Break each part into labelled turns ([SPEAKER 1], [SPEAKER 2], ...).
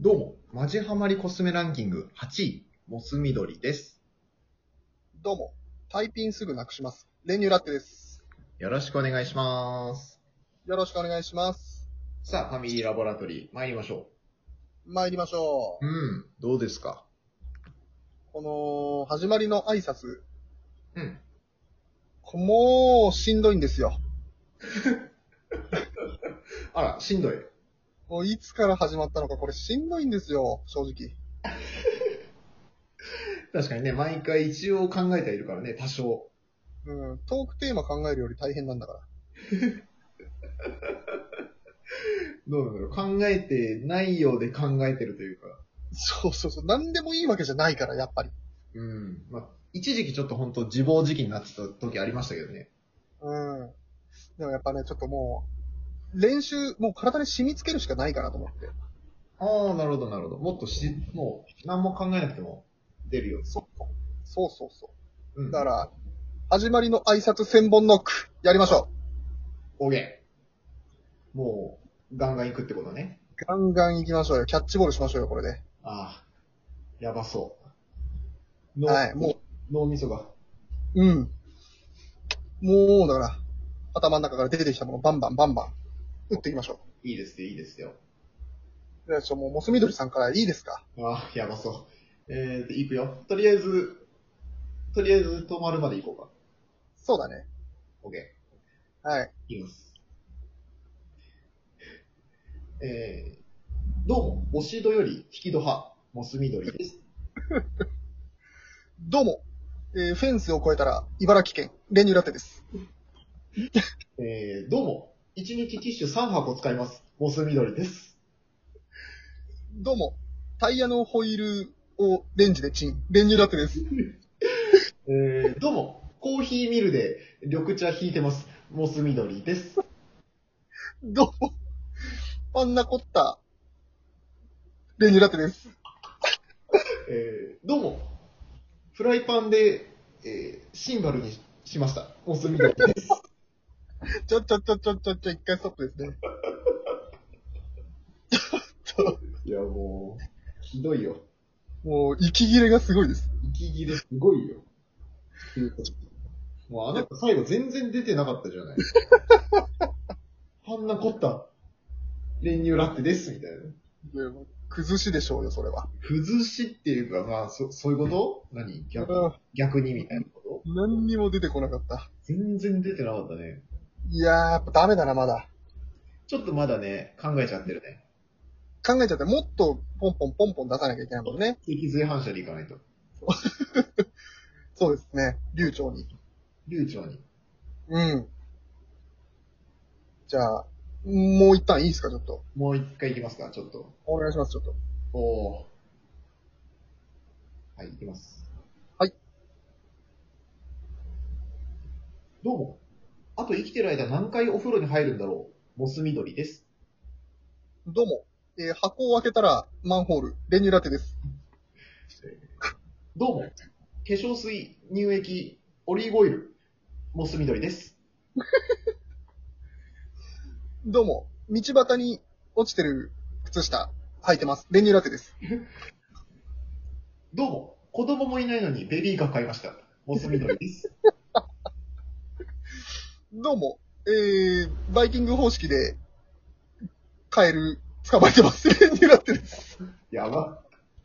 [SPEAKER 1] どうも、マジハマリコスメランキング8位、モス緑です。
[SPEAKER 2] どうも、タイピンすぐなくします。練乳ラッテです。
[SPEAKER 1] よろしくお願いします。
[SPEAKER 2] よろしくお願いします。
[SPEAKER 1] さあ、ファミリーラボラトリー、参りましょ
[SPEAKER 2] 参りましょ
[SPEAKER 1] う。うん、どうですか
[SPEAKER 2] う。この、始まりの挨拶、
[SPEAKER 1] うん。
[SPEAKER 2] もう、しんどいんですよ。
[SPEAKER 1] あら、しんどい。
[SPEAKER 2] もう、いつから始まったのか、これしんどいんですよ、正直。
[SPEAKER 1] 確かにね、毎回一応考えてはいるからね、多少。
[SPEAKER 2] うん、トークテーマ考えるより大変なんだから。
[SPEAKER 1] どうなんだろう、考えてないようで考えてるというか。
[SPEAKER 2] そうそうそう、なんでもいいわけじゃないから、やっぱり。
[SPEAKER 1] うん。まあ、一時期ちょっと本当自暴自棄になってた時ありましたけどね。
[SPEAKER 2] うん。でもやっぱね、ちょっともう、練習、もう体に染み付けるしかないかなと思って。
[SPEAKER 1] ああ、なるほど、なるほど。もっとし、もう、何も考えなくても出るよ。
[SPEAKER 2] そう。そうそうそ
[SPEAKER 1] うん。
[SPEAKER 2] う。だから、始まりの挨拶千本ノック、やりましょう。
[SPEAKER 1] オーケーもう、ガンガン行くってことね。
[SPEAKER 2] ガンガン行きましょうよ。キャッチボールしましょうよ、これで。
[SPEAKER 1] ああ、やばそう。脳
[SPEAKER 2] はい、も
[SPEAKER 1] 脳みそが。
[SPEAKER 2] う、うん。もう、だから、頭の中から出てきたもの、バンバンバンバン、打っていきましょ
[SPEAKER 1] いいですよ、いいですよ。
[SPEAKER 2] う。で、ちょ、もう、モス緑さんからいいですか
[SPEAKER 1] ああ、やばそう。えーと、行くよ。とりあえず、とりあえず止まるまで行こ
[SPEAKER 2] そうだね。
[SPEAKER 1] うか。オーケ
[SPEAKER 2] はい。
[SPEAKER 1] ー行きます。えー、どうも、押し戸より引き戸派、モス緑です。
[SPEAKER 2] どうも、えー、フェンスを越えたら、茨城県、練乳ラテです。
[SPEAKER 1] えー、どうも、一日ティッシュ3箱使います、モス緑です。
[SPEAKER 2] どうも、タイヤのホイールをレンジでチン、練乳ラテです。
[SPEAKER 1] えー、どうも、コーヒーミルで緑茶引いてます。モス緑です。
[SPEAKER 2] どうも、 パンナコッタ、練乳ラテです。
[SPEAKER 1] えー、どうも、フライパンで、えー、シンバルにしました。モス緑です。
[SPEAKER 2] ちょちょちょちょちょちょ、一回ストップですね。
[SPEAKER 1] いや、もう、ひどいよ。
[SPEAKER 2] もう、息切れがすごいです。
[SPEAKER 1] 息切れすごいよ。 もうあなた最後全然出てなかったじゃ ない。パンナコッタ、練乳ラッテです、みたいな。
[SPEAKER 2] いやもう崩しでしょうよ、それは。
[SPEAKER 1] 崩しっていうか、まあ、そ、そういうこと何逆逆にみたいなこと
[SPEAKER 2] 何にも出てこなかった。
[SPEAKER 1] 全然出てなかったね。
[SPEAKER 2] いやー、やっぱダメだな、まだ。
[SPEAKER 1] ちょっとまだね、考えちゃってるね。
[SPEAKER 2] 考えちゃって、もっとポンポンポンポン出さなきゃいけないもんね。
[SPEAKER 1] 脊髄反射でいかないと。
[SPEAKER 2] そうですね。流暢に。
[SPEAKER 1] 流暢に。
[SPEAKER 2] うん。じゃあ、もう一旦いいですか、ちょっと。
[SPEAKER 1] もう一回いきますか、ちょっと。
[SPEAKER 2] お願いします、ちょっと。
[SPEAKER 1] おお。はい、いきます。
[SPEAKER 2] はい。
[SPEAKER 1] どうも。あと生きてる間何回お風呂に入るんだろう。モス緑です。
[SPEAKER 2] どうも。えー箱を開けたら、マンホール、練乳ラテです。
[SPEAKER 1] どうも。化粧水、乳液、オリーブオイル。モス緑です。
[SPEAKER 2] どうも。道端に落ちてる靴下、履いてます。練乳ラテです。
[SPEAKER 1] どうも。子供もいないのにベビーが買いました。モス緑です。
[SPEAKER 2] どうも。えー、バイキング方式で、カエル、捕まえてます。 練乳ラテです。
[SPEAKER 1] やば。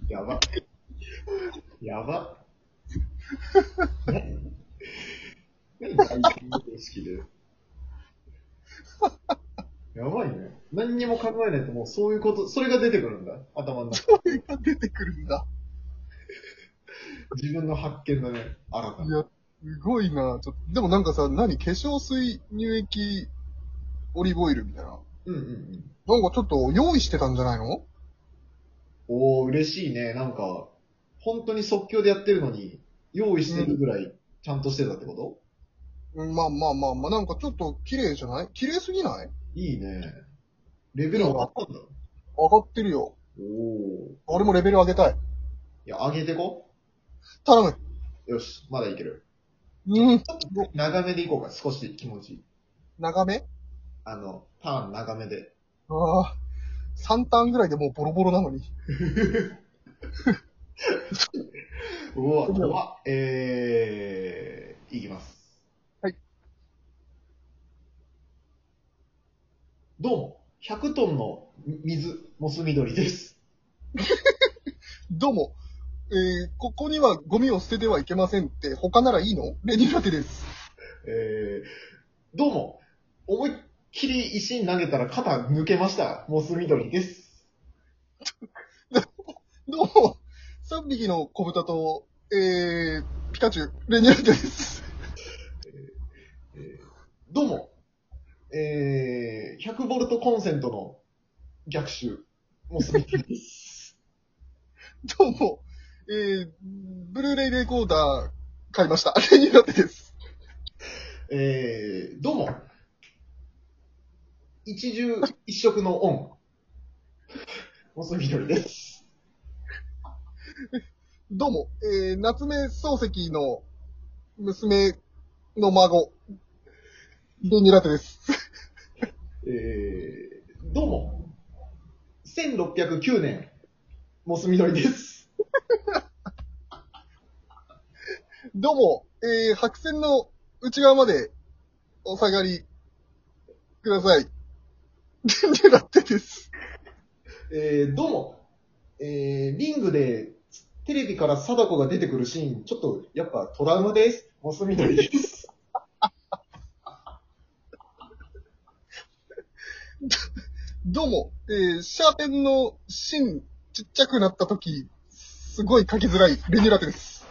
[SPEAKER 1] やば。やば。何バイキング方式で。やばいね。何にも考えないともうそういうこと、それが出てくるんだ。頭の中。
[SPEAKER 2] 出てくるんだ。
[SPEAKER 1] 自分の発見だね。新た
[SPEAKER 2] い
[SPEAKER 1] な。
[SPEAKER 2] や、すごいな。ちょっとでもなんかさ、何化粧水、乳液、オリーブオイルみたいな。
[SPEAKER 1] うんうんうん。
[SPEAKER 2] なんかちょっと用意してたんじゃないの
[SPEAKER 1] おー、嬉しいね。なんか、本当に即興でやってるのに、用意してるぐらいちゃんとしてたってこと、
[SPEAKER 2] うんまあまあまあまあ、なんかちょっと綺麗じゃない綺麗すぎない
[SPEAKER 1] いいね。レベル上がったんだ。
[SPEAKER 2] 上がってるよ。
[SPEAKER 1] おー。
[SPEAKER 2] 俺もレベル上げたい。
[SPEAKER 1] いや、上げてこ。
[SPEAKER 2] 頼む。
[SPEAKER 1] よし、まだいける。
[SPEAKER 2] うん。
[SPEAKER 1] 長めでいこうか、少し気持ちいい。
[SPEAKER 2] 長め
[SPEAKER 1] あの、ターン長めで。
[SPEAKER 2] ああ。 3ターンぐらいでもうボロボロなのに。
[SPEAKER 1] うわ、怖っ。えー、いきます。
[SPEAKER 2] はい。
[SPEAKER 1] どうも、100トンの水、モス緑です。
[SPEAKER 2] どうも、えー、ここにはゴミを捨ててはいけませんって、他ならいいのレニュラテです。
[SPEAKER 1] えー、どうも、思いっきり石に投げたら肩抜けました。モス緑です。
[SPEAKER 2] どうも、3匹の小豚と、えー、ピカチュウ、レニュラテです。
[SPEAKER 1] どうも、えー、100ボルトコンセントの逆襲、モス緑です。
[SPEAKER 2] どうも、えー、ブルーレイレコーダー買いました。レニュラテです。
[SPEAKER 1] えー、どうも、一汁一食の恩、モス緑です。
[SPEAKER 2] どうも、えー、夏目漱石の娘の孫、レニュラテです。
[SPEAKER 1] えー、どうも、1609年、モス緑です。
[SPEAKER 2] どうも、えー、白線の内側までお下がりください。レ ニュラテです。
[SPEAKER 1] えー、どうも、えー、リングでテレビから貞子が出てくるシーン、ちょっとやっぱトラウマです。モス緑です。
[SPEAKER 2] どうも、えー、シャーペンの芯ちっちゃくなった時、すごい書きづらい、レニュラテです。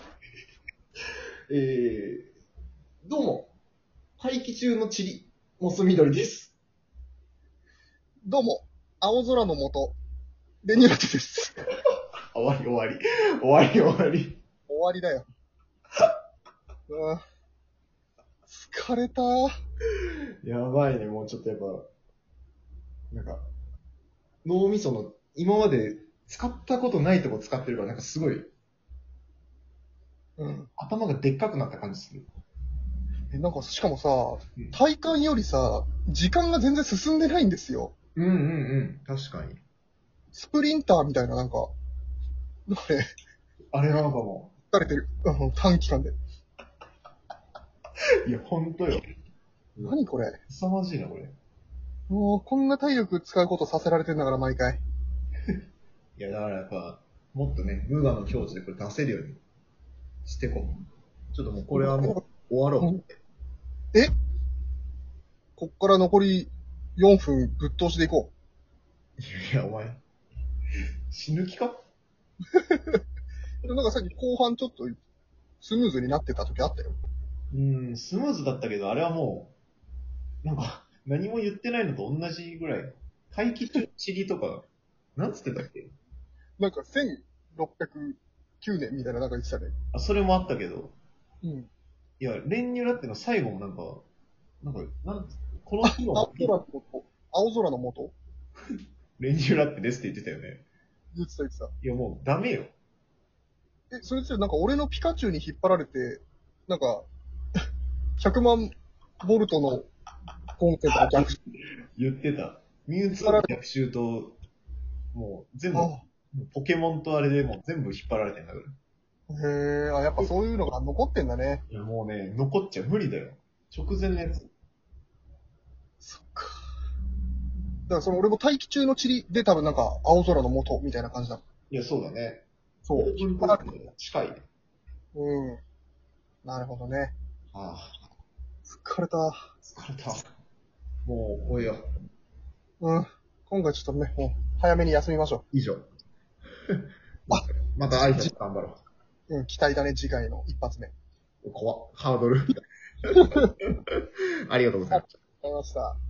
[SPEAKER 1] えー、どうも、大気中の塵、モス緑です。
[SPEAKER 2] どうも、青空の下、レニュラテです。
[SPEAKER 1] 終わり終わり。終わり終わり。
[SPEAKER 2] 終わりだよ。うん疲れた。
[SPEAKER 1] やばいね、もうちょっとやっぱ、なんか、脳みその、今まで使ったことないとこ使ってるから、なんかすごい、
[SPEAKER 2] うん。
[SPEAKER 1] 頭がでっかくなった感じする。
[SPEAKER 2] えなんか、しかもさ
[SPEAKER 1] ん、
[SPEAKER 2] 体感よりさ、時間が全然進んでないんですよ。
[SPEAKER 1] うんうんうん、確かに。
[SPEAKER 2] スプリンターみたいな、なんか、あれ、
[SPEAKER 1] あれなのかも。
[SPEAKER 2] 疲れてる。うん、短期間で。
[SPEAKER 1] いや、ほんとよ。
[SPEAKER 2] 何これ。
[SPEAKER 1] 凄まじいな、これ。
[SPEAKER 2] もう、こんな体力使うことさせられてんだから、毎回。
[SPEAKER 1] いや、だからやっぱ、もっとね、ムーガの境地でこれ出せるようにしてこう。ちょっともうこれはもう終わろう。
[SPEAKER 2] こっから残り4分ぶっ通しでいこ
[SPEAKER 1] いや、お前、死ぬ気か
[SPEAKER 2] う。でもなんかさっき後半ちょっとスムーズになってた時あったよ。
[SPEAKER 1] うん、スムーズだったけど、あれはもう、なんか、 何も言ってないのと同じぐらい。大気とチリとか、なんつってたっけ
[SPEAKER 2] なんか1609年みたいななんか言ってたね。
[SPEAKER 1] あ、それもあったけど、
[SPEAKER 2] うん。
[SPEAKER 1] いや、練乳だっての最後もなんか、なんか、なんこの日
[SPEAKER 2] 青
[SPEAKER 1] も、
[SPEAKER 2] 空の元。青空の元
[SPEAKER 1] 練乳ラってですって言ってたよね。
[SPEAKER 2] 言ってた言ってた。
[SPEAKER 1] いや、もうダメよ。
[SPEAKER 2] え、それってなんか俺のピカチュウに引っ張られて、なんか、100万ボルトのコンセントが逆
[SPEAKER 1] 言ってた。ミュウツーの逆襲と、もう全部、
[SPEAKER 2] あ
[SPEAKER 1] ポケモンとあれでもう全部引っ張られてんだから。
[SPEAKER 2] へえ、あ、やっぱそういうのが残ってんだね。
[SPEAKER 1] いや、もうね、残っちゃ無理だよ。直前のやつ。
[SPEAKER 2] そっか。だからその俺も大気中の塵で多分なんか青空の元みたいな感じだ。
[SPEAKER 1] いや、そうだね。
[SPEAKER 2] そう。
[SPEAKER 1] 近
[SPEAKER 2] 張られ
[SPEAKER 1] 近いね。
[SPEAKER 2] うん。なるほどね。
[SPEAKER 1] ああ。
[SPEAKER 2] 疲れた。
[SPEAKER 1] 疲れた。もう、おいよ。
[SPEAKER 2] うん。今回ちょっとね、もう早めに休みましょ
[SPEAKER 1] 以上。
[SPEAKER 2] あ
[SPEAKER 1] また挨拶頑張ろ
[SPEAKER 2] う。うん、期待だね、次回の一発目。あ り
[SPEAKER 1] う。怖っ。ハードル。ありがとうございます。
[SPEAKER 2] がとうございました。